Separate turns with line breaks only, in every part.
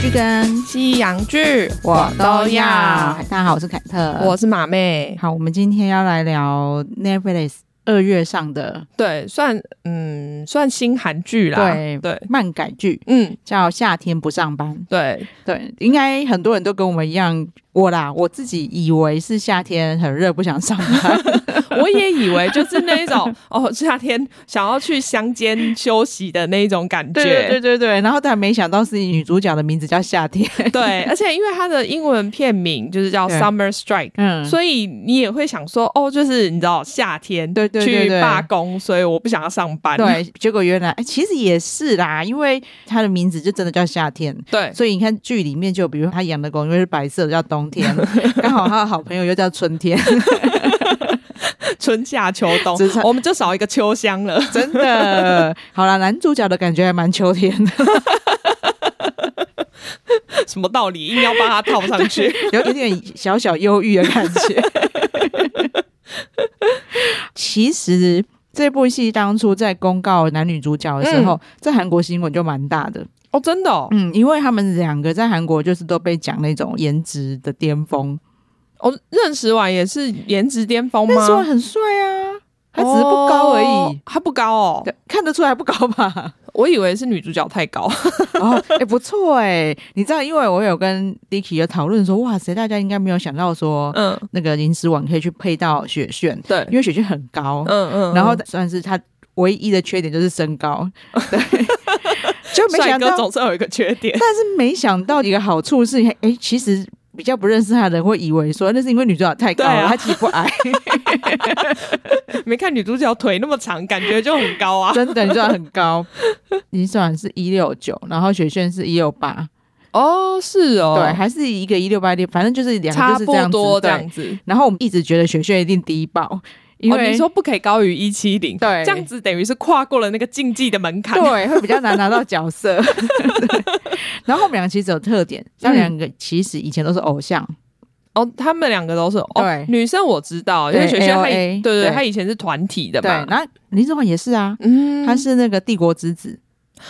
剧跟
西洋剧
大家好，我是凯特。
我是马妹。
好，我们今天要来聊 Netflix 二月上的
对，算嗯，算新韩剧啦。
对
对，
漫改剧，
嗯，
叫《夏天不上班》。
对，
对，应该很多人都跟我们一样，我啦，我自己以为是夏天很热不想上班，
我也以为就是那一种哦，夏天想要去乡间休息的那一种感 觉。
对对对对，然后但没想到是女主角的名字叫夏天，
对而且因为它的英文片名就是叫
对
Summer Strike。
嗯，
所以你也会想说，哦，就是你知道夏天
对对对对
去罢工，所以我不想要上班。
对，结果原来、哎其实也是啦，因为它的名字就真的叫夏天，
对
所以你看剧里面就有比如他养的狗因为是白色的叫冬天，刚好他的好朋友又叫春天，
春夏秋冬
只差，
我们就少一个秋香了。
真的。好啦，男主角的感觉还蛮秋天的，
什么道理？硬要帮他套上 去？
有有点小小忧郁的感觉。其实这部戏当初在公告男女主角的时
嗯
候，在韩国新闻就蛮大的，
哦，真的哦，
嗯，因为他们两个在韩国就是都被讲那种颜值的巅峰。
哦，认识完也是颜值巅峰
但
吗
是？我很帅啊，他只是不高而
哦
已，
他不高哦，
对看得出来不高吧？
我以为是女主角太高。
哦，哎、不错哎、你知道，因为我有跟 Dicky 有讨论说，哇塞，大家应该没有想到说，
嗯，
那个林诗婉可以去配到雪炫，
对，
因为雪炫很高，
嗯嗯，
然后算是他唯一的缺点就是身 高，对，就没
帅
想到
哥，总是有一个缺 点。
但是没想到一个好处是，哎、其实。比较不认识他的人会以为说那是因为女主角太高了，
对啊
她其实不矮，
没看女主角腿那么长，感觉就很 高啊。
真的女主角很高，林诗婉是一六九，然后雪炫是一六八，
哦，是哦
对，，还是一个一六八六，反正就是两个
差
就是这样
不
子
多这
对
样子。
然后我们一直觉得雪炫一定低保，因
哦，
为、
你说不可以高于一七零，
对
这样子等于是跨过了那个竞技的门槛。
对会比较难拿到角 色。对然后我们两个其实有特
嗯
点，他们两个其实以前都是偶像，
哦，他们两个都是哦
对，
女生我知道，因为
对
雪雪她
LA
对对，
对
她以前是团体的
对。
嘛。
然后林志宏也是啊，
嗯
他是那个帝国之子，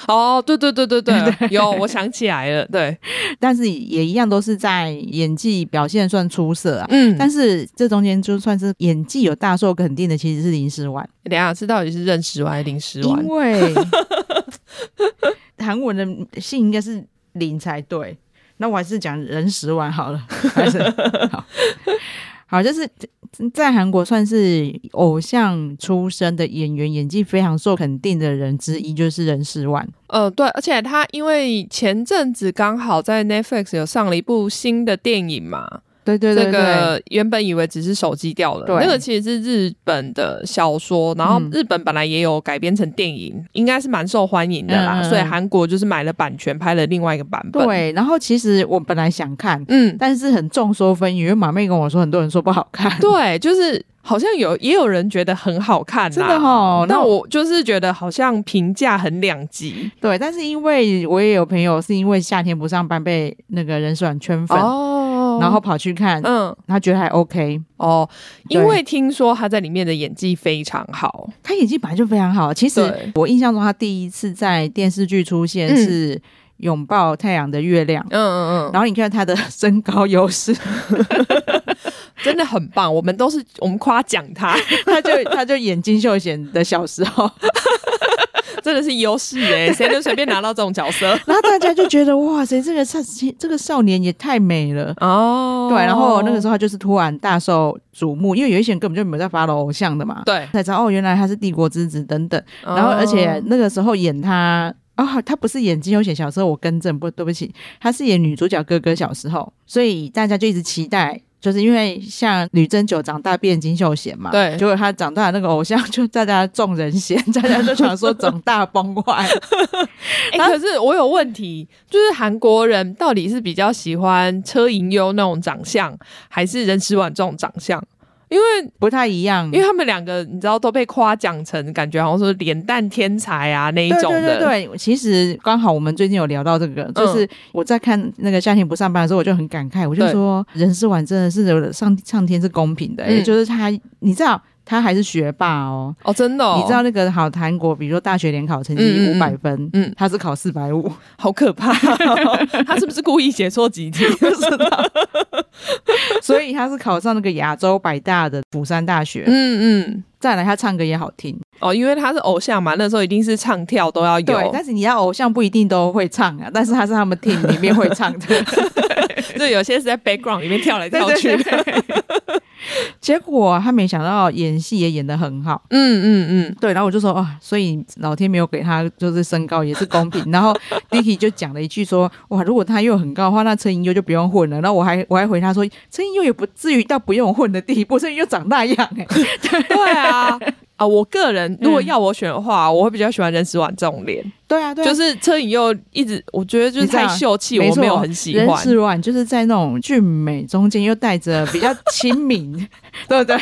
哦，对对对对 对，有，我想起来了，对，
但是也一样都是在演技表现算出色啊。
嗯，
但是这中间就算是演技有大受肯定的，其实是林诗婉，
等一下，这到底是认识完还是零食完
因？为韩文的姓应该是林才对。那我还是讲人十万好了，还 是好，好，就是在韩国算是偶像出身的演员，演技非常受肯定的人之一，就是人十万。
呃，对，而且他因为前阵子刚好在 Netflix 有上了一部新的电影嘛，
对对对对，
这个原本以为只是手机掉了，
对
那个其实是日本的小说，然后
嗯
日本本来也有改编成电影，应该是蛮受欢迎的啦，
嗯嗯嗯
所以韩国就是买了版权拍了另外一个版本。，
对。然后其实我本来想看，
嗯，
但是很众说纷纭，因为马妹跟我说，很多人说不好看，
对，就是好像有也有人觉得很好看啦，
真的哦。
但
那
我就是觉得好像评价很两极
对，但是因为我也有朋友是因为夏天不上班被那个人软圈粉，
哦
然后跑去看，
嗯
他觉得还 OK。
哦，因
对
为听说他在里面的演技非常好，
他演技本来就非常好。其实
对
我印象中，他第一次在电视剧出现
嗯
是《拥抱太阳的月亮》
嗯嗯嗯，
然后你看他的 身高优势，
真的很棒，我们都是我们夸奖他，
他就他就演金秀贤的小时候，？
真的是优势 哎，谁能随便拿到这种角色
然后大家就觉得哇塞，这个少这个少年也太美了。
哦
对，然后那个时
候
候他就是突然大受瞩目，因为有一些人根本就没有在发偶像的嘛，
对，
才知道哦，原来他是帝国之子等等。
哦
然后而且那个时候演他哦，他不是演金庸写小时候，我更正不，对不起，他是演女主角哥哥小时候，所以大家就一直期待。就是因为像吕珍九长大变金秀贤嘛，
对
结果他长大的那个偶像就大家众人嫌，大家就想说长大崩坏。
哎、可是我有问题，就是韩国人到底是比较喜欢车银优那种长相，还是任时婉这种长相？因为
不太一样，啊
因为他们两个你知道都被夸奖成感觉好像说脸蛋天才啊那一
对
种嗯的，
对对对，其实刚好我们最近有聊到这个，就是我在看那个夏天不上班的时候，我就很感慨，我就
对
说任思婉真的是有上上天是公平的、
嗯
也就是他，你知道。他还是学霸哦。
哦，真的、哦，
你知道那个好韩国，比如说大学联考成绩
嗯嗯嗯
五百分，
嗯
他是考四百 五，
好可怕、哦！他是不是故意写错几题？
不知道，所以他是考上那个亚洲百大的釜山大学。
嗯嗯，
再来，他唱歌也好听，
哦，因为他是偶像嘛，那时候一定是唱跳都要
对，
有，
但是你要偶像不一定都会唱啊，但是他是他们 team 里面会唱的，
就有些是在 background 里面跳来
对
跳去。
对 对 结果他没想到演戏也演得很好，
嗯嗯
对，然后我就说啊，所以老天没有给他就是身高也是公 平。然后 Dicky 就讲了一句说，哇，如果他又很高的话，那陈银优就不用混了。然后我还我还回他说，陈银优也不至于到不用混的地步，陈银 优长那样哎、欸，
嗯，对啊。啊，嗯我个人如果要我选的话，我会比较喜欢任时婉这种脸，
对啊，对啊，
就是车影又一直，我觉得就是
你
太
知道
秀气，
没
我
错
没有很喜
任
欢。
世婉就是在那种俊美中间又带着比较亲民， 对不对？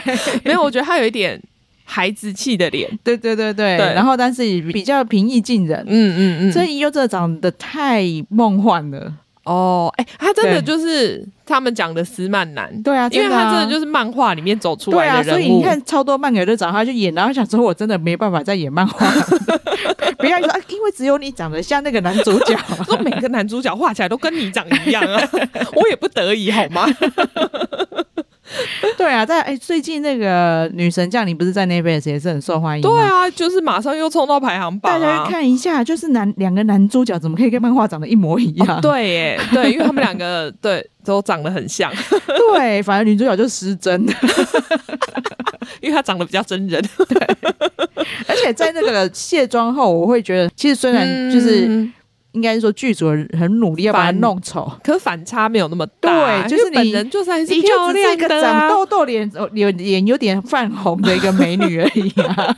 没有，我觉得他有一点孩子气的脸。
对对对对，
对
然后但是也比较平易近人。
嗯嗯
陈银优这长得太梦幻了，
哦，哎、他真的
对
就是他们讲的死曼男，
对啊，
因为他真的
就。
就是漫画里面走出
对
来
啊，
的
所
人
以
物。
你 看超多漫改就找他去演，然后想说我真的没办法再演漫 画，不要说、啊、因为只有你长得像那个男主 角。
说每个男主角画起来都跟你长一样 啊，我也不得已好吗？
对啊，在哎、最近那个女神降临不是在 Netflix 也是很受欢迎吗？
对啊，就是马上又冲到排行
大
榜
家
啊
去。看一下，就是男两个男主角怎么可以跟漫画长得一模一样？
哦 对耶，对，因为他们两个对都长得很像，
对，反而女主角就失真，
因为他长得比较 真人。
而且在那个卸妆后，我会觉得其实虽然就是、
嗯，
应该是说剧组很努力要把它
反
弄丑，
可是反差没有那么大，
对就是
因为本
你
人就是还是
你就
漂
只是
亮
一个
的啊
长。痘痘脸、呃脸脸有点泛红的一个美女而已 啊。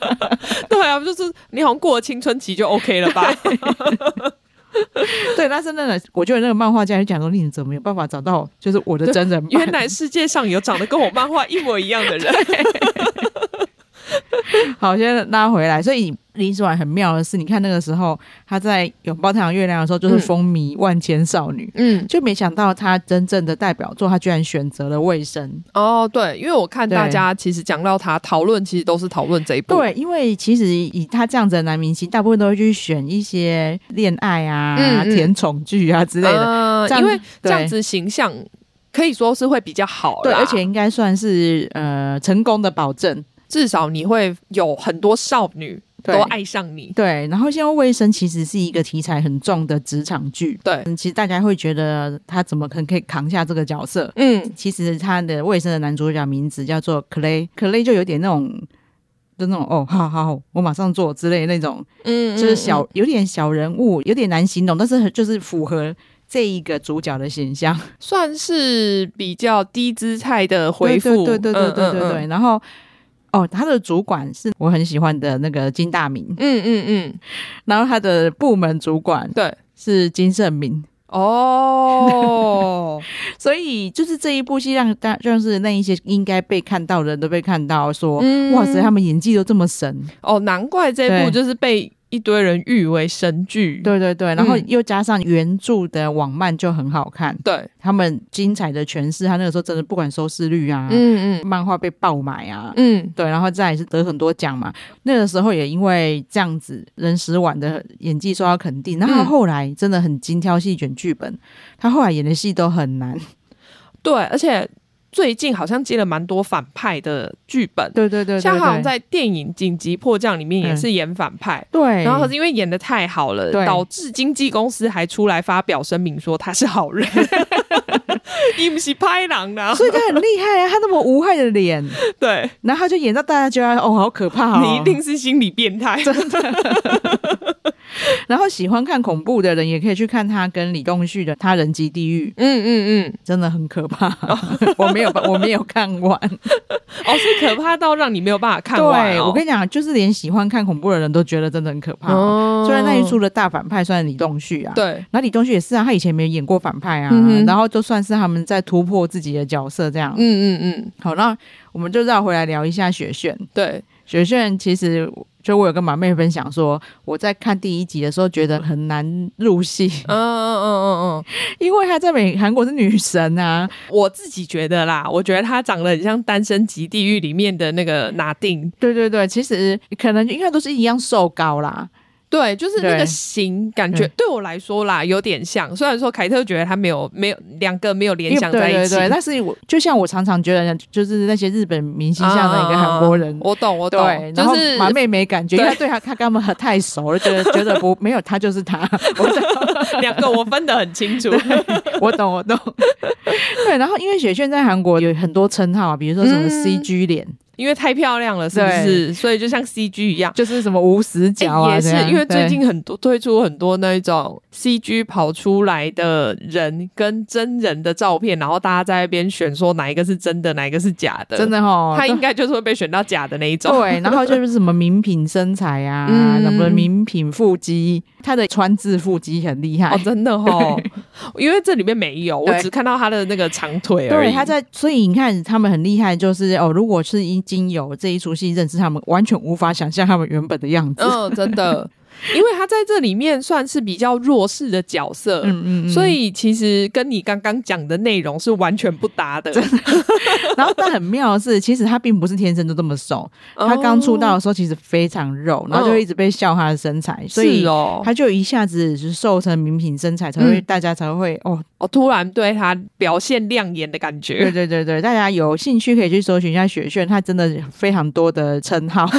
对啊，就是你好像过了青春期就 OK 了吧？
对，但是那个我觉得那个漫画家就讲说，你怎么有办法找到就是我的真人版？
原来世界上有长得跟我漫画一模一样的人。
好，先拉回来。所以林子婉很妙的是，你看那个时候她在拥抱太阳月亮的时候，就是
嗯
风靡万千少女。
嗯，
就没想到她真正的代表作，她居然选择了卫生。
哦，对，因为我看大
对
家其实讲到他讨论，其实都是讨论这一部。
对，因为其实以她这样子的男明星，大部分都会去选一些恋爱啊、
嗯嗯
甜宠剧啊之类的。
嗯
这样
因为这样
对
子形象可以说是会比较好啦，
对，而且应该算是呃成功的保证。
至少你会有很多少女
对
都爱上你。
对，然后现在卫生其实是一个题材很重的职场剧，
对，
嗯，其实大家会觉得他怎么可能可以扛下这个角色？
嗯，
其实他的卫生的男主角名字叫做 Clay，Clay 就有点那种，就那种哦，好好，好我马上做之类的那种，
嗯
就是小有点小人物，有点难形容，但是很就是符合这一个主角的形象。
算是比较低姿态的
对
回复，
对对对对对
嗯
对。然后哦，他的主管是我很喜欢的那个金大明，
嗯嗯嗯，
然后他的部门主管
对，
是金圣敏，
哦，
所以就是这一部戏让大就是那一些应该被看到的人都被看到说，
嗯
哇塞，他们演技都这么神，
哦，难怪这
对
部就是被一堆人誉为神剧。
对对对，然后
嗯
又加上原著的网漫就很好看，
对，
他们精彩的诠释，他那个时候真的不管收视率啊，
嗯嗯
漫画被爆买啊。
嗯，
对，然后再来是得很多奖嘛。那个时候也因为这样子，任时婉的演技受到肯定。然后
嗯
后来真的很精挑细选剧本，他后来演的戏都很难。
对，而且最近好像接了蛮多反派的剧本，
对对对对
像他好
对
像
嗯
在电影《紧急迫降》里面也是演反派。
对，
然后可是因为演的太好了，
对
导致经纪公司还出来发表声明说他是好 人，你不是拍狼的啊，
所以他很厉害啊，他那么无害的脸，
对、
然后他就演到大家觉得哦，好可怕哦，
你一定是心理变态。
然后喜欢看恐怖的人也可以去看他跟李栋旭的《他人及地狱
嗯嗯》，
真的很可怕。
哦
我没有，我没有看完。
嗯，哦，是可怕到让你没有办法 看完、
对，
哦。
我跟你讲，就是连喜欢看恐怖的人都觉得真的很可怕。
哦
虽然那一出的大反派算是李栋旭啊，。
对，
然后李栋旭也是啊，他以前没有演过反派啊，
嗯哼
然后就算是他们在突破自己的角色这样。
嗯嗯嗯，
好，那我们就绕回来聊一下雪炫。
对，
雪炫其实就我有跟马妹分享说，我在看第一集的时候觉得很难入戏，
嗯嗯嗯嗯
因为她在美韩国是女神啊，
嗯，我自己觉得啦，我觉得她长得很像《单身即地狱》里面的那个拿定，
对对对，其实可能应该都是一样瘦高啦，
对，就是那
对
个型，感觉对我来说啦有点像。虽然说凯特觉得他没有没有两个没有联想在一
对对
起，
对，但是我就像我常常觉得，就是那些日本明星像的一个韩国人。
啊我懂我
对
懂，，
然
就
后
是
马妹没感觉，因
对
为她对她她跟他们很太熟了，觉得觉得不没有她就是她，
两个我分得很清楚。
我懂我懂。对，然后因为雪炫在韩国有很多称号啊，比如说什么
嗯
CG 脸，
因为太漂亮了，是不是？所以就像 CG 一样。
就是什么无死
哎
角啊，
也
这
是
样
因为最
对
近很多推出很多那一种 CG 跑出来的人跟真人的照片，然后大家在那边选说哪一个是真的，哪一个是假的。
真
的，
的哈，
他应该就是会被选到假的那一种。
对，然后就是什么名品身材啊，
嗯
什么名品腹肌，他的穿字腹肌很厉害。
哦，真 的哦，因为这里面没有，我
对
只看到他的那个长腿而已。
对，他在，所以你看他们很厉害，就是哦，如果是因经由这一出戏认识他们，完全无法想象他们原本的样子。
嗯，真 的，因为他在这里面算是比较弱势的角色，
嗯
所以其实跟你刚刚讲的内容是完全不搭的。
然后但很妙的是，其实他并不是天生就这么瘦，他刚出道的时候其实非常肉，然后就一直被笑他的身材，所以
哦是哦，
他就一下子就是瘦成名品身材，才会、
嗯
大家才会哦，
我突然对他表现亮眼的感
对
觉。
对对对，大家有兴趣可以去搜寻一下雪炫，她真的非常多的称号。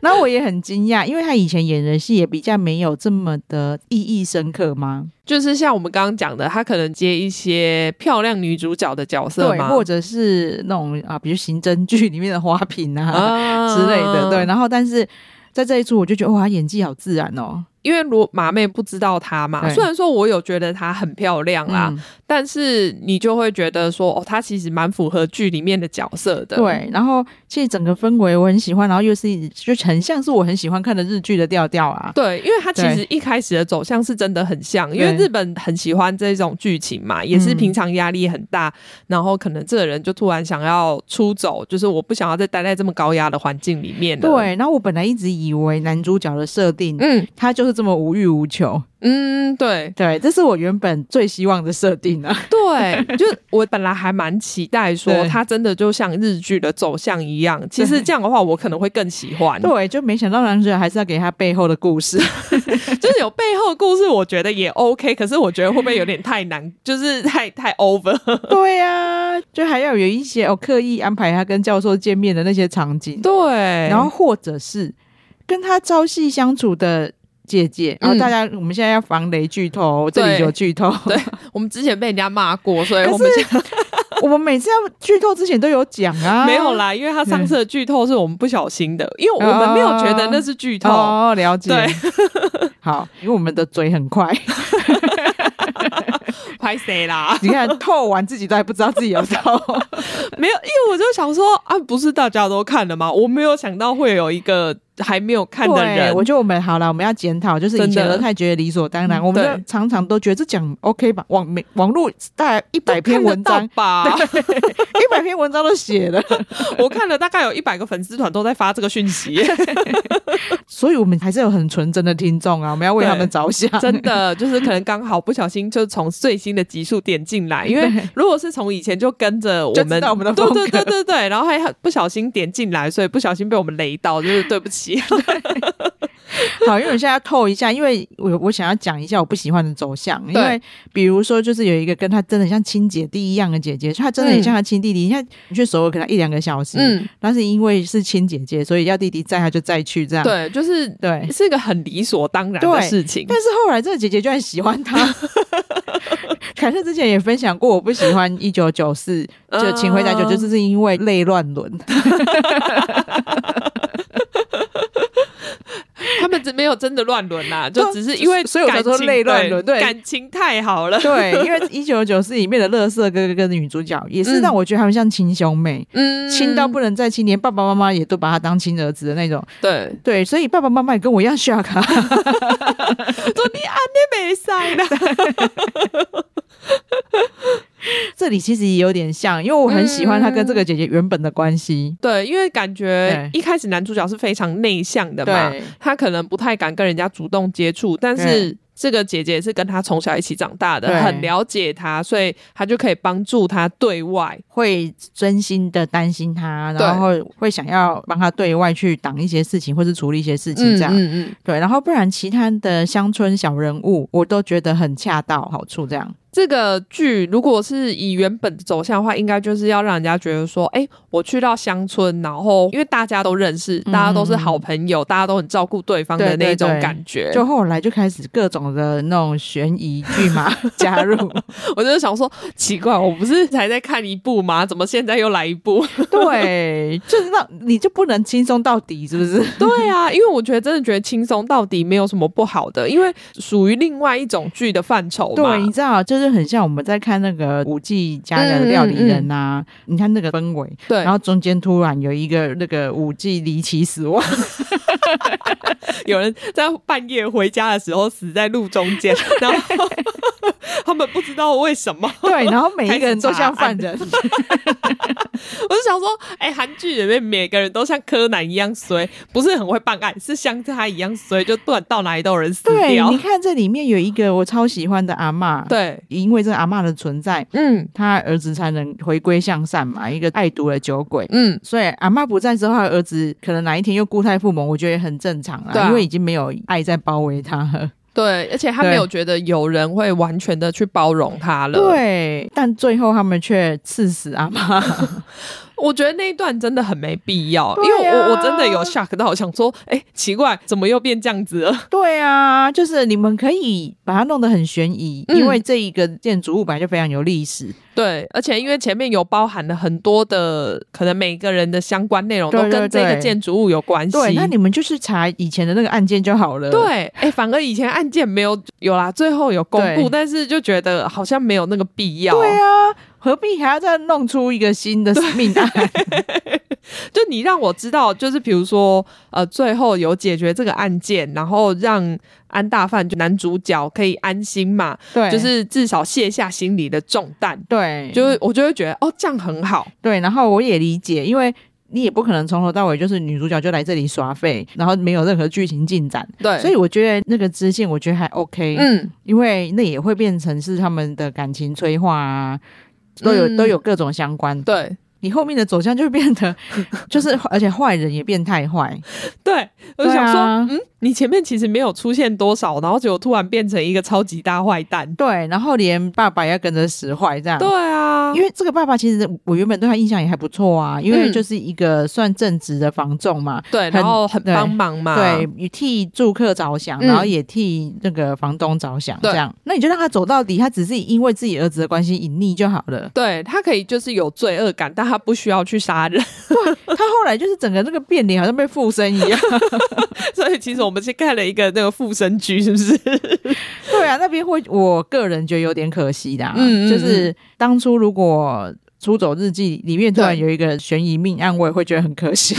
然后我也很惊讶，因为她以前演的戏也比较没有这么的意义深刻吗？
就是像我们刚刚讲的，他可能接一些漂亮女主角的角色
对，
嘛，
或者是那种啊，比如刑侦剧里面的花瓶啊
啊
之类的，对。。然后但是在这一出，我就觉得哇，她演技好自然哦，
因为罗马妹不知道她嘛，
对
虽然说我有觉得她很漂亮啦，
嗯
但是你就会觉得说，哦，她其实蛮符合剧里面的角色的。
对。然后其实整个氛围我很喜欢，然后又是就很像是我很喜欢看的日剧的调调啊。
对，因为它其实一开始的走向是真的很像，因为
对嗯
日本很喜欢这种剧情嘛，也是平常压力很大，然后可能这个人就突然想要出走，就是我不想要再待在这么高压的环境里面了。，
对，然后我本来一直以为男主角的设定
嗯
他就是这么无欲无求。
嗯，对
对，这是我原本最希望的设定啊。
对，就我本来还蛮期待说
对
他真的就像日剧的走向一样，其实
对
这样的话我可能会更喜欢，
对，就没想到男主角还是要给他背后的故 事。
就是有背后的故事，我觉得也 OK，可是我觉得会不会有点太难，就是太太 over。
对呀、啊，就还要有一些哦刻意安排他跟教授见面的那些场景，
对，
然后或者是跟他朝夕相处的。姐姐，然后
嗯
大家、我们现在要防雷剧透，哦这里
对
有剧透。
对我们之前被人家骂过，所以
可
我们
是
现在
我们每次要剧透之前都有讲啊，
没有啦，因为他上次的剧透是我们不小心的，因为我们没有觉得那是剧透。
哦，了解。
对，
好，因为我们的嘴很快，
拍谁啦？
你看透完自己都还不知道自己有 透。
没有，因为我就想说啊，不是大家都看了吗？我没有想到会有一个还没有看的
对，
人。
我觉得我们好了，我们要检讨，就是以
真
前
的
都太觉得理所当然，
嗯
我们
对
就常常都觉得这讲 OK 吧，网媒网络大概一百篇文章
看得，到吧，
一百篇文章都写了，
我看了大概有一百个粉丝团都在发这个 讯息，
所以我们还是有很纯真的听众啊，我们要为他们着想。
真的就是可能刚好不小心就从最新的集数点进来，因为如果是从以前就跟着我
就
们
知道我们的
对
风
对
格
对对对，然后还不小心点进来，所以不小心被我们雷到，就是对不起。
好，因为我现在要透一下，因为我我想要讲一下我不喜欢的走向，因
对
为比如说就是有一个跟她真的像亲姐弟一样的姐姐，她真的很像她亲弟弟，你看你去首尔可能一两个小时，嗯，
嗯，
但是因为是亲姐姐，所以要弟弟载她就载去这样，
对，就是
对，
是一个很理所当然的
对
事情。
但是后来这个姐姐居然喜欢他。 凯特之前也分享过，我不喜欢一九九四就《
嗯
请回答九》，就是是因为泪乱伦。
他们只没有真的乱伦啦， 就只是因为
所以我才说
感情
类乱伦对
感情太好了。
对，因为一九九四里面的乐色哥哥跟女主角也是
嗯
让我觉得他们像亲兄妹，
嗯
亲到不能再亲，连爸爸妈妈也都把他当亲儿子的那种。
对，
对，所以爸爸妈妈也跟我一样 shock 啊。
说你安内没塞啦。
这里其实也有点像，因为我很喜欢他跟这个姐姐原本的关系。
对，因为感觉一开始男主角是非常内向的嘛，
对
他可能不太敢跟人家主动接触，但是这个姐姐是跟他从小一起长大的
对，
很了解他，所以他就可以帮助他对外。
会真心的担心他，
对
然后会想要帮他对外去挡一些事情，或是处理一些事情这样。
嗯嗯，
对，然后不然其他的乡村小人物，我都觉得很恰到好处这样。
这个剧如果是以原本的走向的话，应该就是要让人家觉得说，哎、我去到乡村，然后因为大家都认识，
嗯
大家都是好朋友，大家都很照顾对方
对
的
对
那种
嗯对
感觉。
就后来就开始各种的那种悬疑剧 嘛加入，
我就想说，奇怪，我不是才在看一部吗？怎么现在又来一 部？
对，就是那你就不能轻松到底，是不是？
对啊，因为我觉得真的觉得轻松到底没有什么不好的，因为属于另外一种剧的范畴嘛
对，。你知道，就是很像我们在看那个《五 G 家的料理人》呐、你看那个氛围，
对
然后中间突然有一个那个五 G 离奇死 亡，
有人在半夜回家的时候死在路中间， 然后 他们不知道为什么。
对，然后每一个人都像犯人，
我就想说，哎、韩剧里面每个人都像柯南一样衰，不是很会办案，是像他一样衰，就不管到哪里都有人死
对，
掉
你。看这里面有一个我超喜欢的阿嬷，，
对，
因为这个阿嬷的存在，
嗯
她儿子才能回归向善嘛，一个爱赌的酒鬼。
嗯，
所以阿嬷不在之后，她的儿子可能哪一天又故态复萌，我觉得也很正常啦，
对啊
因为已经没有爱在包围他了。
对，而且他
对
没有觉得有人会完全的去包容他了。，
对，但最后他们却刺死阿 妈。
我觉得那一段真的很没必要，
对啊
因为我我真的有 shock 到，想说，哎、奇怪，怎么又变这样子了？
对啊，就是你们可以把它弄得很悬疑，
嗯
因为这一个建筑物本来就非常有历史，
对，而且因为前面有包含了很多的，可能每个人的相关内容都
对对
跟这个
对
建筑物有关系。
对，那你们就去查以前的那个案件就好了。
对，哎、反而以前案件没有有啦，最后有公布
对，
但是就觉得好像没有那个必要。
对啊，何必还要再弄出一个新的命 案？
就你让我知道，就是比如说，呃，最后有解决这个案件，然后让安大范就男主角可以安心嘛，
对，嗯
就是至少卸下心里的重担。
对，
就是我就会觉得哦，这样很好，
对。然后我也理解，因为。你也不可能从头到尾就是女主角就来这里耍废，然后没有任何剧情进展，
对
所以我觉得那个支线我觉得还 OK，
嗯，
因为那也会变成是他们的感情催化啊，都有、
嗯
都有各种相关。
对
你后面的走向就会变得， 就是而且坏人也变太坏，
对，我就想说，
对啊
嗯，你前面其实没有出现多少，然后结果突然变成一个超级大坏蛋，
对，然后连爸爸也要跟着使坏这样。
对啊，
因为这个爸爸其实我原本对他印象也还不错啊，因为
嗯
就是一个算正直的房仲嘛，
对，
很
然后很
对
帮忙嘛，
对，也替住客着想，
啊嗯
然后也替那个房东着想，
对
这样，那你就让他走到底，他只是因为自己儿子的关系隐匿就好了。
对他可以就是有罪恶感，但他不需要去杀人，
他后来就是整个那个变脸，好像被附身一 样。
所以其实我们是看了一个那个附身剧，是不 是？
对啊，那边会，我个人觉得有点可惜的、啊。
嗯嗯嗯
就是当初如果《出走日记》里面突然有一个悬疑命案，我也会觉得很可 惜。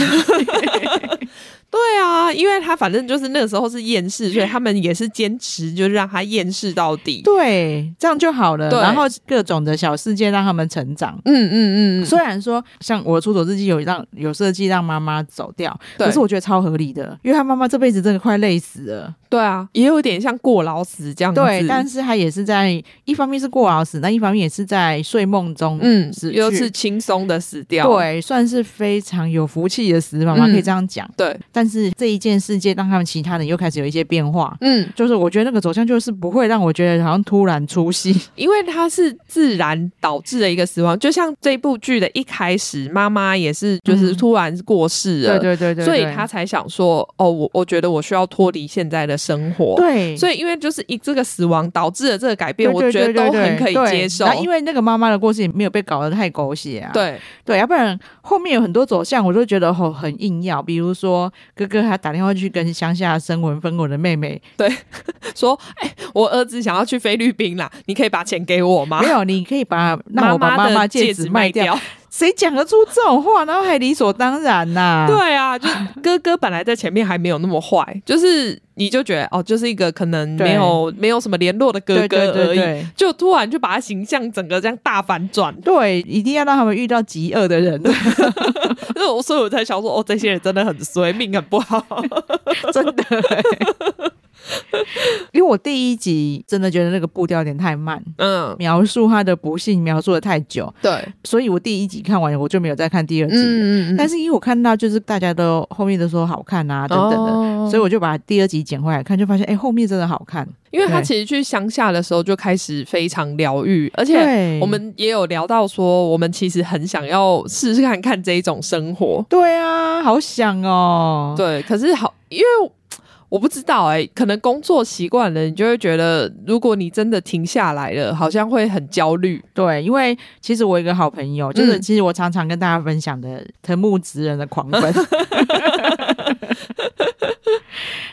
对啊，因为他反正就是那个时候是厌世，所以他们也是坚持就是让他厌世到底。
对，这样就好了。
对
然后各种的小事件让他们成长。
嗯嗯嗯
虽然说像我的出走日记有让有设计让妈妈走掉，
对
可是我觉得超合理的，因为她妈妈这辈子真的快累死了。
对啊，也有点像过劳死这样子。
对，但是她也是在一方面是过劳死，那一方面也是在睡梦中
嗯
死，去
又是轻松的死掉。
对，算是非常有福气的死妈妈，
嗯
可以这样讲。
对，
但是这一件事件让他们其他人又开始有一些变化，
嗯，
就是我觉得那个走向就是不会让我觉得好像突然出戏。
因为他是自然导致的一个死亡，就像这部剧的一开始，妈妈也是就是
嗯
突然过世了，
对对对对，
所以他才想说，哦，我我觉得我需要脱离现在的生活。
对，
所
以。
以因为就是一这个死亡导致了这个改变，我觉得都很可以接受。
那因为那个妈妈的故事也没有被搞得太狗血啊。
对
对，要不然后面有很多走向，我都觉得很很硬要。比如说，哥哥还打电话去跟乡下生魂分我的妹妹，
说，哎、我儿子想要去菲律宾啦，你可以把钱给我吗
没？有，你可以把让我把
妈
妈
的
妈
戒
指
卖
掉，
掉，
谁讲得出这种话，然后还理所当然呐、
对啊，就哥哥本来在前面还没有那么坏，就是你就觉得哦，就是一个可能没有没有什么联络的哥哥而已，
对对对
就突然就把他形象整个这样大反转，
对，一定要让他们遇到极恶的人，
所以我所以我才想说，哦，这些人真的很衰，命很不好。
真的 欸、因为我第一集真的觉得那个步调有点太慢，
嗯，
描述他的不幸描述的太久，
对，
所以我第一集看完我就没有再看第二集。
嗯嗯嗯，
但是因为我看到就是大家都后面都说好看啊等等的，
哦
所以我就把第二集剪回来看，就发现哎、诶后面真的好看。
因为他
对
其实去乡下的时候就开始非常疗愈，而且
对，
我们也有聊到说，我们其实很想要试试看看这一种生活，
对啊，好想哦。
对，可是好，因为我不知道哎、可能工作习惯了，你就会觉得，如果你真的停下来了，好像会很焦虑。
对，因为其实我有一个好朋友，就是
嗯
其实我常常跟大家分享的藤木直人的狂 粉，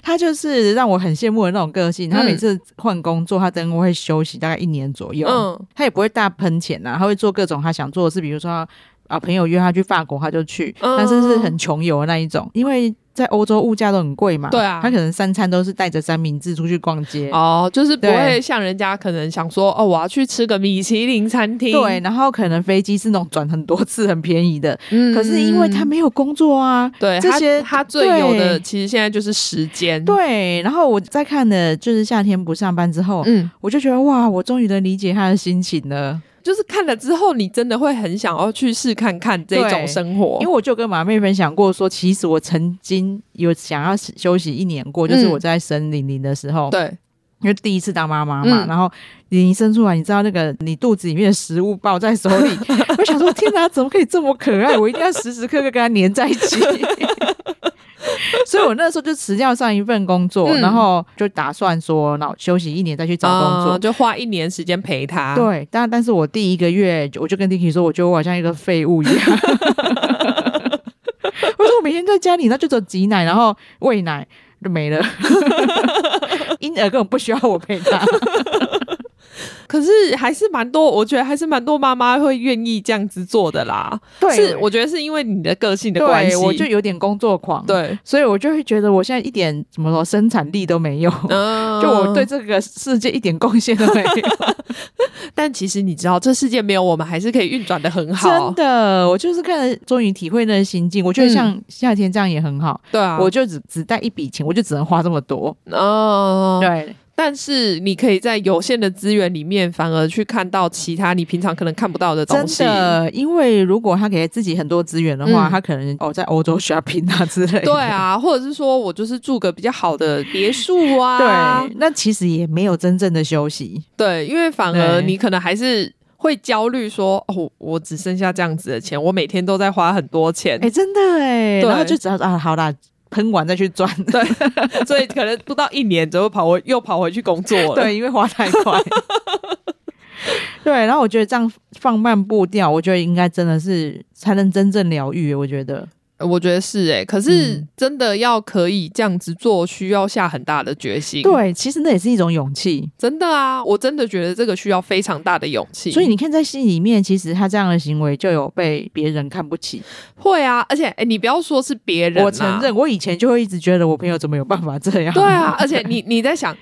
他就是让我很羡慕的那种个性。
嗯
他每次换工作，他等我会休息大概一年左右，
嗯
他也不会大喷钱啊，他会做各种他想做的事，比如说啊朋友约他去法国，他就去，
嗯
但是是很穷游的那一种，因为。在欧洲物价都很贵嘛，
对啊
他可能三餐都是带着三明治出去逛街，
哦，就是不
对
会像人家可能想说，哦，我要去吃个米其林餐厅。
对，，然后可能飞机是那种转很多次很便宜的，
嗯
可是因为他没有工作啊。
对
这
他
些
他最有的
对
其实现在就是时间。，哦
对，然后我在看的就是夏天不上班之后，
嗯，
我就觉得哇，我终于能理解他的心情了。
就是看了之后，你真的会很想要去试看看这
对
种生活
因为。我就跟马妹分享过说，其实我曾经有想要休息一年过，就是
嗯
我在生玲玲的时候，
对，
因为第一次当妈妈嘛，
嗯
然后玲玲生出来，你知道那个你肚子里面的食物抱在手 里，我想说天哪，怎么可以这么可爱？我一定要时时刻刻跟她黏在一 起。所以我那时候就辞掉上一份工作，
嗯
然后就打算说，那我休息一年再去找工作。
啊就花一年时间陪他。，
对，但但是我第一个月我就跟 Dicky 说，我觉得我好像一个废物一样。 我说我每天在家里，那就走挤奶，然后喂奶就没了， 婴儿根本不需要我陪 他。
可是还是蛮多，我觉得还是蛮多妈妈会愿意这样子做的啦。
对
是我觉得是因为你的个性的关系，
对，我就有点工作狂，，
对，
所以我就会觉得我现在一点怎么说生产力都没有，
嗯
就我对，这个世界一点贡献都 没有。
但其实你知道，这世界没有我们还是可以运转的很好嗯
真，的，我就是看了，终于体会那个心境。我觉得像夏天这样也很好，
对啊，
我就只只带一笔钱，我就只能花这么多。
嗯，
对
但是你可以在有限的资源里面，反而去看到其他你平常可能看不到的
真
东西。
的，因为如果他给自己很多资源的话，
嗯
他可能哦在欧洲 shopping 啊之类的。
对啊，或者是说我就是住个比较好的别墅 啊，
对，那其实也没有真正的休息。
对，因为反而
对
你可能还是会焦虑说，哦，我只剩下这样子的钱，我每天都在花很多钱
哎、，真的哎，
嗯对
然后就只要啊，好啦，喷完再去 赚。
所以可能不到一年就会跑回又跑回去工作了。
对，因为花太 快。对，然后我觉得这样放慢步调，我觉得应该真的是才能真正疗愈。我觉得，
呃，我觉得是哎、可是
嗯
真的要可以这样子做，需要下很大的决心。，
对，其实那也是一种勇气。
真的啊，我真的觉得这个需要非常大的勇气。
所以你看，在戏里面，其实他这样的行为就有被别人看不起。
会啊，而且哎、你不要说是别人、啊
我承。认，我以前就会一直觉得我朋友怎么有办法这样。
对啊， 而且你你在想，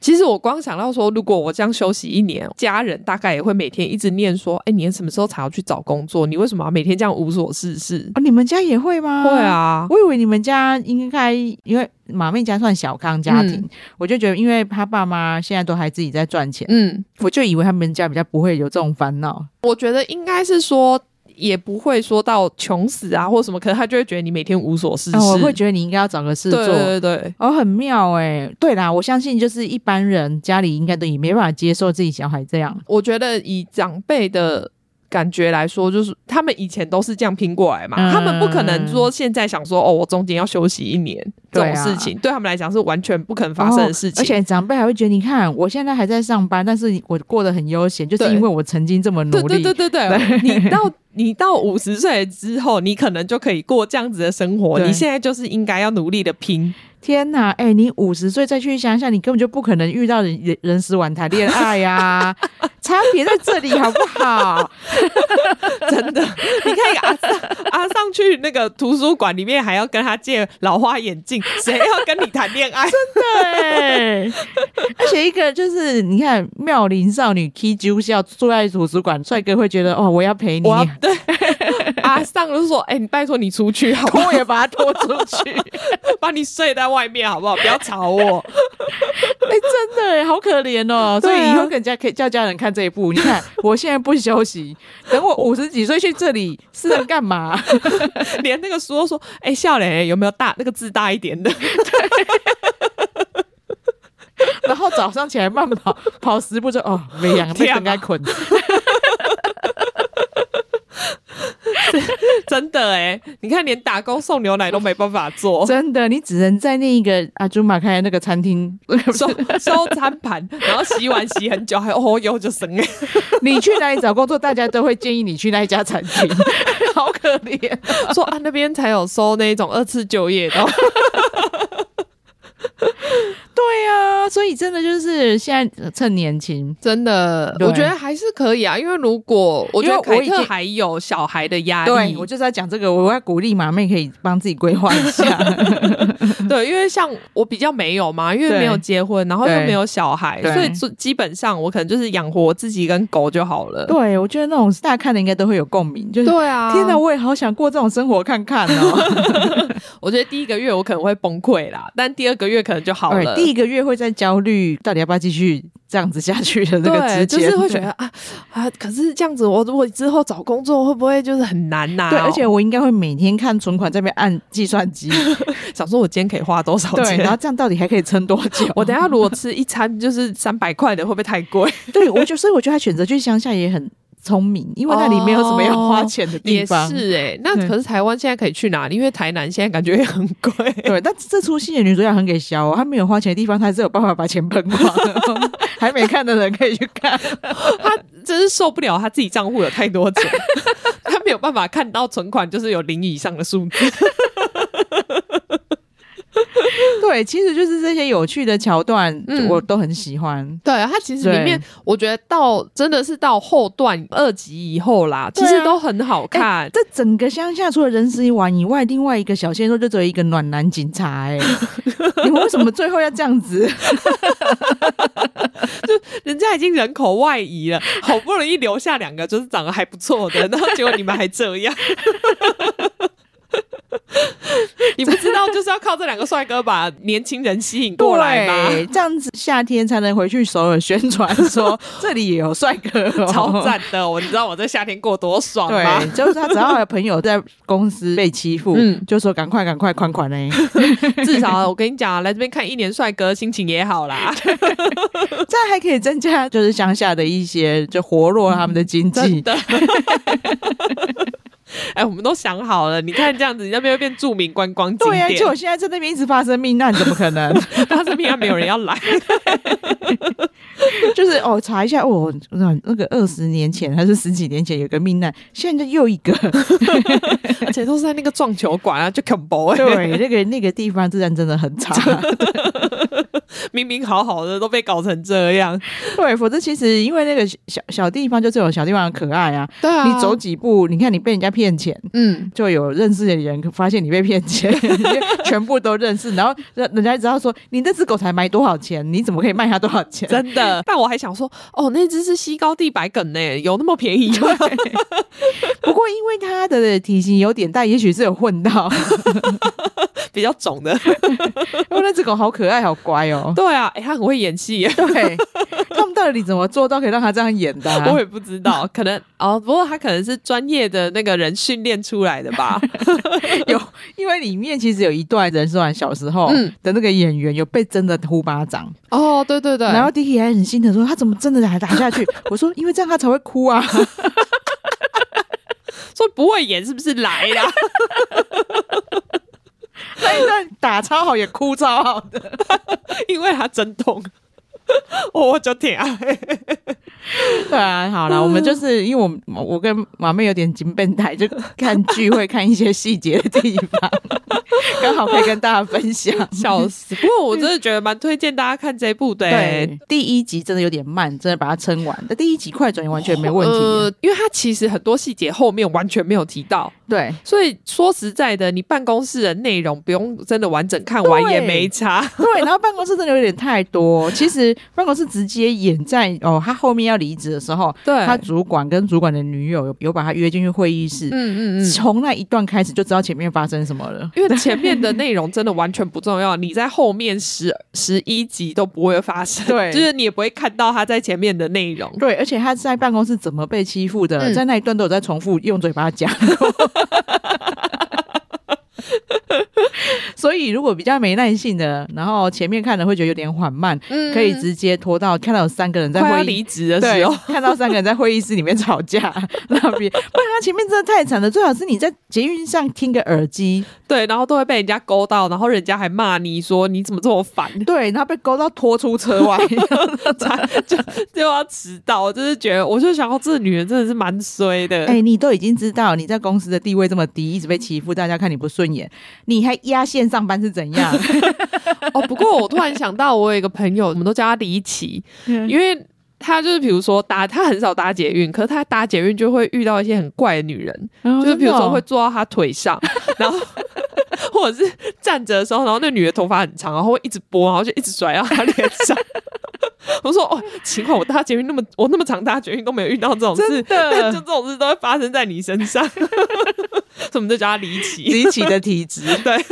其实我光想到说，如果我这样休息一年，家人大概也会每天一直念说，哎、你什么时候才要去找工作？你为什么要每天这样无所事事？
哦，你们家也会吗？
会。啊，
我以为你们家应该，因为马妹家算小康家
嗯
庭，我就觉得，因为他爸妈现在都还自己在赚钱，
嗯，
我就以为他们家比较不会有这种烦恼。
我觉得应该是说。也不会说到穷死啊或什么，可能他就会觉得你每天无所事事。
哦，我会觉得你应该要找个事
对
做。
对对对，
哦，很妙哎、对啦，我相信就是一般人家里应该都也没办法接受自己小孩这样。
我觉得以长辈的感觉来说，就是他们以前都是这样拼过来嘛，
嗯
他们不可能说现在想说哦，我中间要休息一年这
对啊
种事情，对他们来讲是完全不可能发生的事
哦
情。
而且长辈还会觉得，你看我现在还在上班，但是我过得很悠闲，就是
对
因为我曾经这么努
对
力。
对对对对，你到 你到五十岁之后，你可能就可以过这样子的生活。
对
你现在就是应该要努力的拼，
天哪，哎、你五十岁再去乡下，你根本就不可能遇到人人人死晚谈恋爱呀、 差别在这里好不好？
真的，你看一个阿上阿啊上去那个图书馆里面，还要跟他借老花 眼镜，谁要跟你谈恋爱？
对，而且一个就是你看妙龄少女 K 啾笑坐在图书馆，帅哥会觉得哦，我要 陪你，
我要对阿上就说：“哎、你拜托你出去好不好？
我也把他拖出 去。
把你睡在外面好不好？不要吵 我。
哎、真的耶好可怜哦！所以
对啊
以后人家可以叫家人看这一部。你看，我现在不休息，等我五十几岁去这里是能干嘛？”
连那个说说：“哎、笑脸有没有大那个字大一点的？
然后早上起来慢跑，跑十步就哦，没氧，被
天啊
应该困。
真的哎、你看连打工送牛奶都没办法 做。”
真的，你只能在那一个阿朱玛开的那个餐 厅，
收收餐盘，然后洗碗洗很久，还哦哟就生哎，
你去哪里找工作，大家都会建议你去那一家餐厅， 好可怜。
说啊那边才有收那种二次就业的，
对啊，所以真的就是现在趁年轻，
真的，
对
我觉得还是可以啊，因为如果我觉
因为
得
我
凯
已经
特还有小孩的压力
对，我就是要讲这个，我要鼓励马妹可以帮自己规划一下。
对，因为像我比较没有嘛，因为
对
没有结婚，然后又
对
没有小孩，
对
所以基基本上我可能就是养活自己跟狗就好了。
对，我觉得那种大家看的应该都会有共鸣， 就是。
对啊，
天哪，！我也好想过这种生活看看 哦。
我觉得第一个月我可能会崩溃啦，但第二个月可能就好 了。
对第一个月会在焦虑，到底要不要继续这样子下去的这个
对，
之
就
间，
是会觉得啊啊，可是这样子，我如果之后找工作会不会就是很难呐、
对，而且我应该会每天看存款这边按计算 机，
想说我今天可以花多少
对，
钱？
然 后这样到底还可以撑多 久？
我等一下如果吃一餐就是三百块的，会不会太贵？
对我就所以我觉得他选择去乡下也很聪明，因为那里没有什么要花钱的地
也是
方。
哎、那
对
可是台湾现在可以去哪里？因为台南现在感觉也很贵。
对，但这出戏的女主角很给笑哦，她没有花钱的地方，她还是有办法把钱喷光。 还没看的人可以去 看。
他 真是受不了，他自己账户有太多钱， 他没有办法看到存款就是有零以上的数字。
对，其实就是这些有趣的桥段，
嗯
我都很喜欢。
对他其实里面
对，
我觉得到真的是到后段二集以后啦，
对
其
啊哎
实都很好看。
这整个乡下除了人死一碗以外，另外一个小鲜肉就只有一个暖男警察、 哎，你们为什么最后要这样子？
人家已经人口外移了， 好不容易留下两个就是长得还不错的，然后结果你们还这样。 你不知道，就是要靠这两个帅哥把年轻人吸引过来吧？
对，这样子夏天才能回去首尔宣传 说这里也有帅哥、哦，
超赞的！我你知道我这夏天过多爽吗？
对，就是他只要有朋友在公司被欺负，
嗯
就说赶快赶快款款嘞，
至少我跟你讲啊，来这边看一年帅哥，心情也好啦。
这样还可以增加就是乡下的一些就活络他们的经
真
济。
的。 哎，我们都想好了，你看这样子，你那边会变著名观光景
对呀、
点，
就我现在在那边一直发生命案，怎么可能？
但是平常没有人要来。
就是哦，查一下哦，那那个二十年前还是十几年前有个命案，现在又一 个。
而且都是在那个撞球馆啊，就 combo 哎、
对，那个那个地方治安真的很差。
明明好好的都被搞成这样。
对，否则其实因为那个小小地方就是有小地方的可爱啊，
对啊
你走，几步，你看你被人家骗钱，
嗯，
就有认识的人发现你被骗钱， 全部都认识，然后人人家知道说你那只狗才买多少钱，你怎么可以卖它多少钱？
真的。但我还想说，哦，那只是西高地白梗呢、有那么便宜吗？
不过因为它的体型有点大，也许是有混到。
比较肿 的。
因为那只狗好可爱，好乖 哦。
对啊，哎、他很会演戏耶、
对，他们到底怎么做到可以让它这样演的啊、
我也不知道，可能哦，不过他可能是专业的那个人训练出来的吧。
有，因为里面其实有一段人说完小时候
嗯
的那个演员有被真的呼巴掌，
哦，对对对
然后 Dicky 还很心疼说他怎么真的还打下 去？我说因为这样他才会哭 啊。
说不会演是不是来啦？
那一段打超好，也哭超好的。
因为他真痛。哦，我就挺
啊
爱，
对啊，好了，我们就是因为我 们我跟马妹有点金笨台，就看剧会看一些细节的地方。刚好可以跟大家分享。
笑死！ 不过我真的觉得蛮推荐大家看这部的、欸，
对，第一集真的有点慢，真的把它撑完。但第一集快转完全没问题。
呃，因为它其实很多细节后面完全没有提到，
对，
所以说实在的，你办公室的内容不用真的完整看完
对
也没差。
对，然后办公室真的有点太多。其实办公室直接演在哦，他后面要离职的时候，
对
他主管跟主管的女友有有把他约进去会议室，
嗯嗯嗯。
从那一段开始就知道前面发生什么了。
因为前面的内容真的完全不重要，你在后面十十一集都不会发生，
对
就是你也不会看到他在前面的内容。
对，而且他在办公室怎么被欺负的，
嗯
在那一段都有在重复用嘴巴讲。 所以，如果比较没耐性的，然后前面看的会觉得有点缓慢，
嗯
可以直接拖到看到有三个人在
快要
会议
离职的
对
时候，，
看到三个人在会议室里面吵架， 那边不然他前面真的太惨了。最好是你在捷运上听个耳机，
对，然后都会被人家勾到，然后人家还骂你说你怎么这么烦，
对，然后被勾到拖出车外。
就就要迟到，我就是觉得，我就想到这女人真的是蛮衰 的。
哎、你都已经知道你在公司的地位这么低，一直被欺负，大家看你不顺眼，你还压线上班是怎 样？
哦，不过我突然想到，我有一个朋友，我们都叫他离奇，
嗯
因为他就是比如说搭，他很少搭捷运，可是他搭捷运就会遇到一些很怪的女人，
哦
就是比如说会坐到他腿 上，然后或者是站着的时候，然后那女的头发很长，然后会一直拨，然后就一直甩到他脸 上。我说哦，奇怪，我搭捷运那么我那么长搭捷运都没有遇到这种事
真，的
但 就这种事都会发生在你身 上，所以我们就叫他离奇。
离奇的体 质，
对，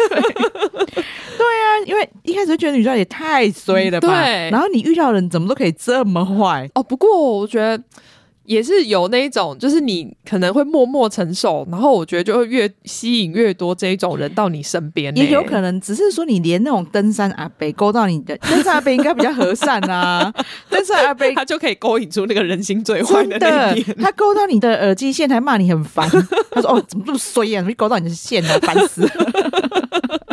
但因为一开始就觉得女生也太衰了吧，
对
然后你遇到的人怎么都可以这么坏，
哦，不过我觉得也是有那一种，就是你可能会默默承受，然后我觉得就会越吸引越多这一种人到你身边欸呢、
也有可能只是说你连那种登山阿北勾到你的，登山阿北应该比较和善啊， 登山阿北
他就可以勾引出那个人心最坏
真的，
那一面。
他勾到你的耳机线还骂你很 烦，他说：“哦，怎么这么衰呀、啊？怎么勾到你的线啊？烦死了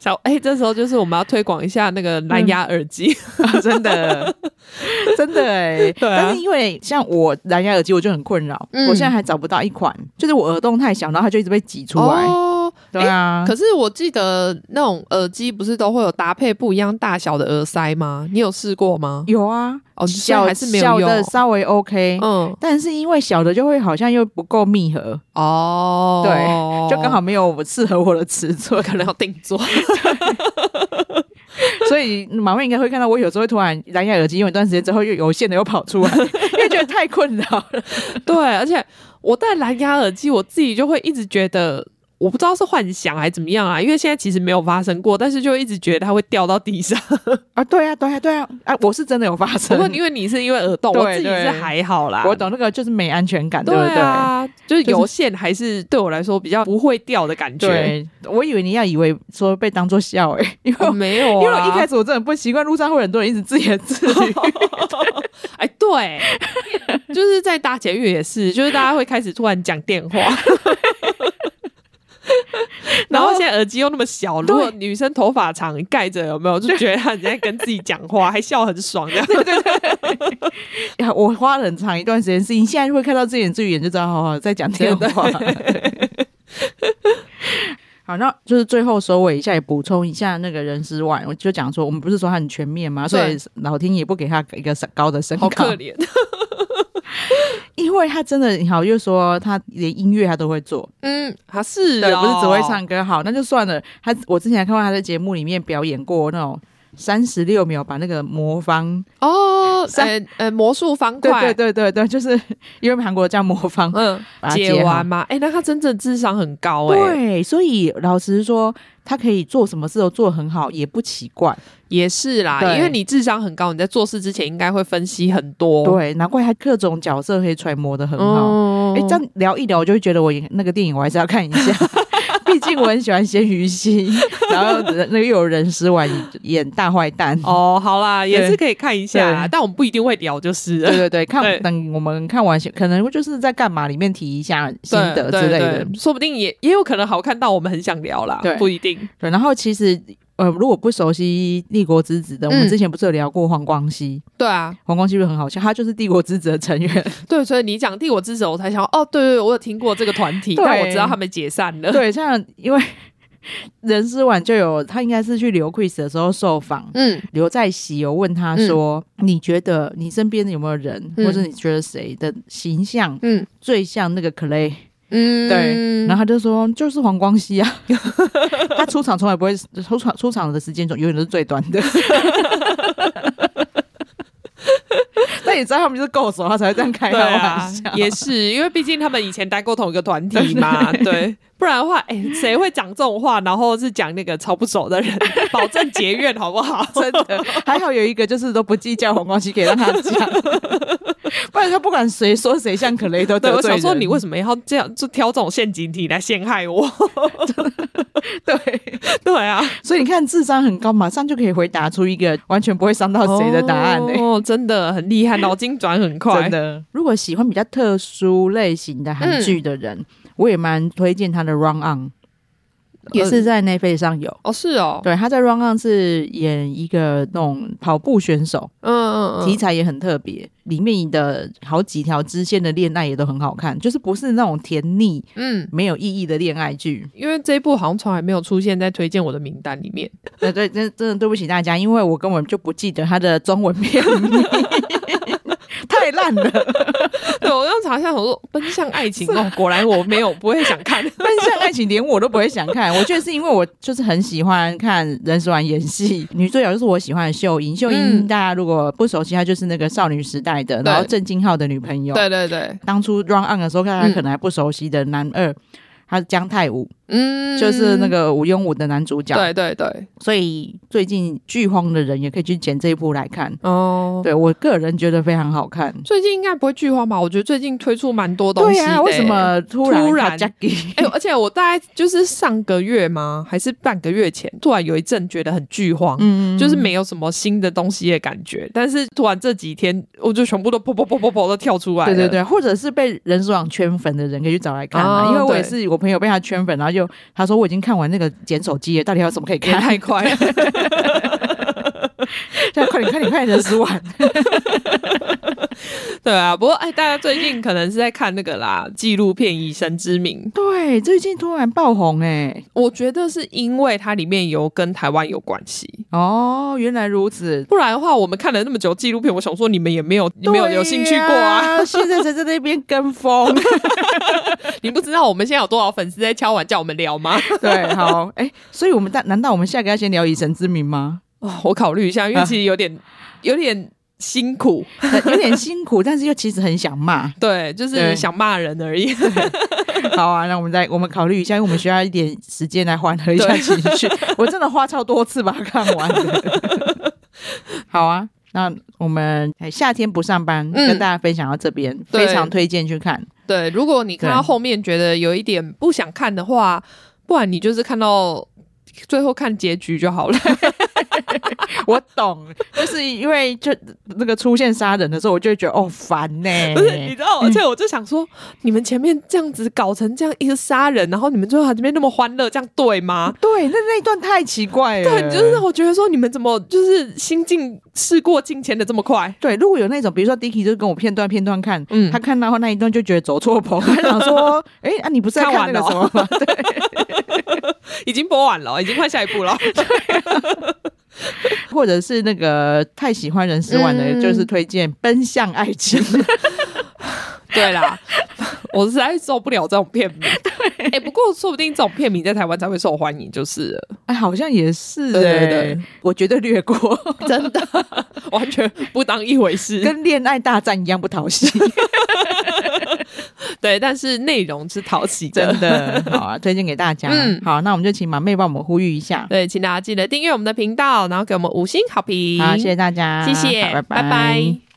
小哎、这时候就是我们要推广一下那个蓝牙耳机，！”
真的， 真的哎、
对啊
但是因为像我蓝牙耳机，我就很困扰，
嗯
我现在还找不到一款，就是我耳洞太小，然后它就一直被挤 出来。
哦。
对啊，
可是我记得那种耳机不是都会有搭配不一样大小的耳塞吗？你有试过吗？
有啊，
哦，现在
小
还是没有
小
用
的。稍微 OK，、
嗯，
但是因为小的就会好像又不够密合，
哦，
对就刚好没有我适合我的尺寸。
可能要定 做。
所以马妹应该会看到我有时候会突然蓝牙耳机用一段时间之后又有线的又跑出 来，因为觉得太困扰了。
对，而且我戴蓝牙耳机，我自己就会一直觉得，我不知道是幻想还是怎么样啊，因为现在其实没有发生过，但是就一直觉得它会掉到地上。
啊，对啊，对啊，对啊，啊，我是真的有发
不
生。
过因为你是因为耳洞，
对
我自己是还好啦。
我。懂那个就是没安全感，
对
不对？
啊，就是
就是
有线还是对我来说比较不会掉的感觉。
对，我以为你要以为说被当做笑诶、欸因为、
哦 没有、啊，
因为我一开始我真的不习惯，路上会有很多人一直自言自语。
哦哎， 对，就是在搭捷运也是，就是大家会开始突然讲 电话，然后现在耳机又那么小，如果女生头发长盖着，有没有就觉得她很在跟自己讲话，还笑 很爽这样。
呀 我花了很长一段时间，是你现在就会看到自言自语，你就知道好好在讲电 话。好，那就是最后收尾一下，也补充一下那个人之外，我就讲说，我们不是说他很全面嘛，所以
对
老天也不给他一个高的身
好
高，
可怜，
因为他真的你好，又说他连音乐他都会做，
嗯，还是
对，
哦
不是只会，唱歌，好，那就算了。他我之前还看过他在节目里面表演过那种三十六秒把那个魔方，
哦，
三
呃呃，魔术方
对
块，
对对对对，就是因为韩国叫魔方，
嗯，
把它
解
好
完嘛，哎，那他真正智商很高哎，
对，所以老实说，他可以做什么事都做得很好，也不奇怪。
也是啦，
对
因为你智商很高，你在做事之前应该会分析很多，
对，难怪他各种角色可以揣摩的很好。
嗯，
哎、这样聊一聊，我就会觉得我也那个电影我还是要看一下， 毕竟我很喜欢鲜鱼星，然后人那个又有人食丸演大坏蛋。
哦，好啦，也
对
是可以看一下啦
对，
但我们不一定会聊，就是了
对对对，看
对
等我们看完，可能就是在干嘛里面提一下心得
对
之类的。
对对说不定也也有可能好看到我们很想聊啦
对，
不一定。
对，然后其实呃，如果不熟悉《帝国之子》的，我们
嗯
之前不是有聊过黄光熙？
对啊，
黄光熙不是很好笑，他就是《帝国之子》的成员。
对，所以你讲帝国之手，我才想哦，对对，对我有听过这个团体，
对
但我知道他们解散 了。
对，像因为 任思婉就有，他应该是去刘 Chris 的时候受访，
嗯
刘在熙有问他说：“你觉得你身边有没有人，
嗯
或者你觉得谁的形象
嗯
最像那个 Clay？”
嗯，
对，然后他就说：“就是黄光熙啊， 他出场从来不会出场，出场的时间总永远都是最短的。” 但你知道他们就是够熟，他才会这样开他
对啊
玩笑。，
也是，因为毕竟他们以前待过同一个团体 嘛，对，不然的话，哎、谁会讲这种话，然后是讲那个超不熟的人，保证结怨好不好？
真的，还好有一个就是都不计较黄光熙，可以让他讲， 不然他不管谁说谁像可雷都
对，
得
我
罪人。
想说你为什么要这样，就挑这种陷阱题来陷害我？
对，
对啊，
所以你看智商很高，马上就可以回答出一个完全不会伤到谁的答案呢、
哦，真的很厉害，脑筋转很快，
真的，哦如果喜欢比较特殊类型的韩剧的人，我也蛮推荐他的《Run On》，也是在 Netflix 上有。
哦，是哦，
对，他在《Run On》是演一个那种跑步选手，
嗯嗯
题
嗯，
材也很特别，里面的好几条支线的恋爱也都很好看，就是不是那种甜腻
嗯，
没有意义的恋爱 剧。
因为这一部好像从来没有出现在推荐我的名单 里面，
呃，对，真真的对不起大家，因为我根本就不记得他的中文片名， 太烂了。
对我刚查一下，我说奔向 爱情哦，果然我没有不会想看，
但是像爱情，连我都不会想看。我觉得是因为我就是很喜欢看任素婉演戏，女主角就是我喜欢的秀英。秀英
嗯
大家如果不熟悉，她就是那个少女时代的，
对
然后郑敬浩的女朋友。
对嗯对对，
当初 Run On 的时候，大家可能还不熟悉的男二，他是姜泰武，
嗯，
就是那个吴庸武的男主角。
对对对，
所以最近剧荒的人也可以去捡这一部来看。
哦。
对我个人觉得非常好看。
最近应该不会剧荒吧？我觉得最近推出蛮多东
对
西的、
呀、为什？么突然
突然
Kajaki？
哎、而且我大概就是上个月吗？还是半个月前，突然有一阵觉得很剧荒，
嗯
就是没有什么新的东西的感觉。但是突然这几天，我就全部都噗噗噗噗噗都跳出来
对
了。
对对，或者是被人手网圈粉的人可以去找来看啊，
哦
因为我
对
也是我朋友被他圈粉，然后就他说我已经看完那个捡手机了，到底还有什么可以
也
看？
太快了，
这样快点快点快点人手网，
对啊。不过哎，大家最近可能是在看那个啦，纪录片《以神之名
对，最近突然爆红哎、》，
我觉得是因为它里面有跟台湾有关系，
哦，原来如此。
不然的话，我们看了那么久纪录片，我想说你们也没有没有有兴趣过啊。
对呀现在才在那边跟风。
你不知道我们现在有多少粉丝在敲碗叫我们聊吗？
对，好，哎、所以我们大难道我们下个要先聊以神之名吗？
哦我考虑一下，因为其实有点、 有点辛苦，
呃有点辛苦，但是又其实很想骂。
对，就
对
是想骂人而已。
好啊，那我们再我们考虑一下，因为我们需要一点时间来缓和一下
对
情绪。我真的花超多次把它看完的。 好啊，那我们哎夏天不上班，
嗯
跟大家分享到这边，
对
非常推荐去看。
对，如果你看到
对
后面觉得有一点不想看的话，不然你就是看到最后看结局就好了。
我懂，就是因为就那个出现杀人的时候，我就会觉得哦烦呢、
不
哎
是， 你知道，而且我就想说，你们前面这样子搞成这样一个杀人，然后你们最后还这边那么欢乐，这样对吗？
对，那那一段太奇怪了。
对，就是让我觉得说，你们怎么就是心境事过境迁的这么快？
对，如果有那种，比如说 Dicky 就是跟我片段片段看，
嗯
他看到那一段就觉得走错棚，他想说，哎、啊你不是在
看
看
完
那个什么
了哦
吗？
已经播完了，已经换下一步了。
或者是那个太喜欢人事万的，
嗯
就是推荐《奔向爱情》
对啦， 我实在受不了这种片名。哎、不过说不定这种片名在台湾才会受欢迎，就是呃了
哎，好像也是、
对
哎
对对
我绝对略过，
真的完全不当一回事。
跟《恋爱大战》一样不讨喜，
对，但是内容是讨喜的
真。的。好啊，推荐给大家。
嗯
好，那我们就请马妹帮我们呼吁一下。
对，请大家记得订阅我们的频道，然后给我们五星好评。
好，谢谢大家，
谢谢
好拜
拜拜